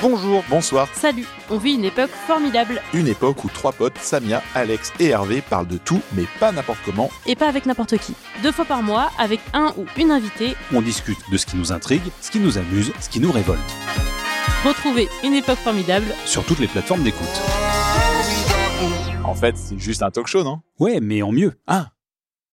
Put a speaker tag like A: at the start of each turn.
A: Bonjour, bonsoir.
B: Salut, on vit une époque formidable
A: Une époque où trois potes, Samia, Alex et Hervé, parlent de tout, mais pas n'importe comment.
B: et pas avec n'importe qui. Deux fois par mois, avec un ou une invitée,
C: On discute de ce qui nous intrigue, ce qui nous amuse, ce qui nous révolte,
B: retrouvez une époque formidable.
C: sur toutes les plateformes d'écoute.
A: En fait, c'est juste un talk show, non
C: Ouais, mais en mieux. hein.
A: Ah,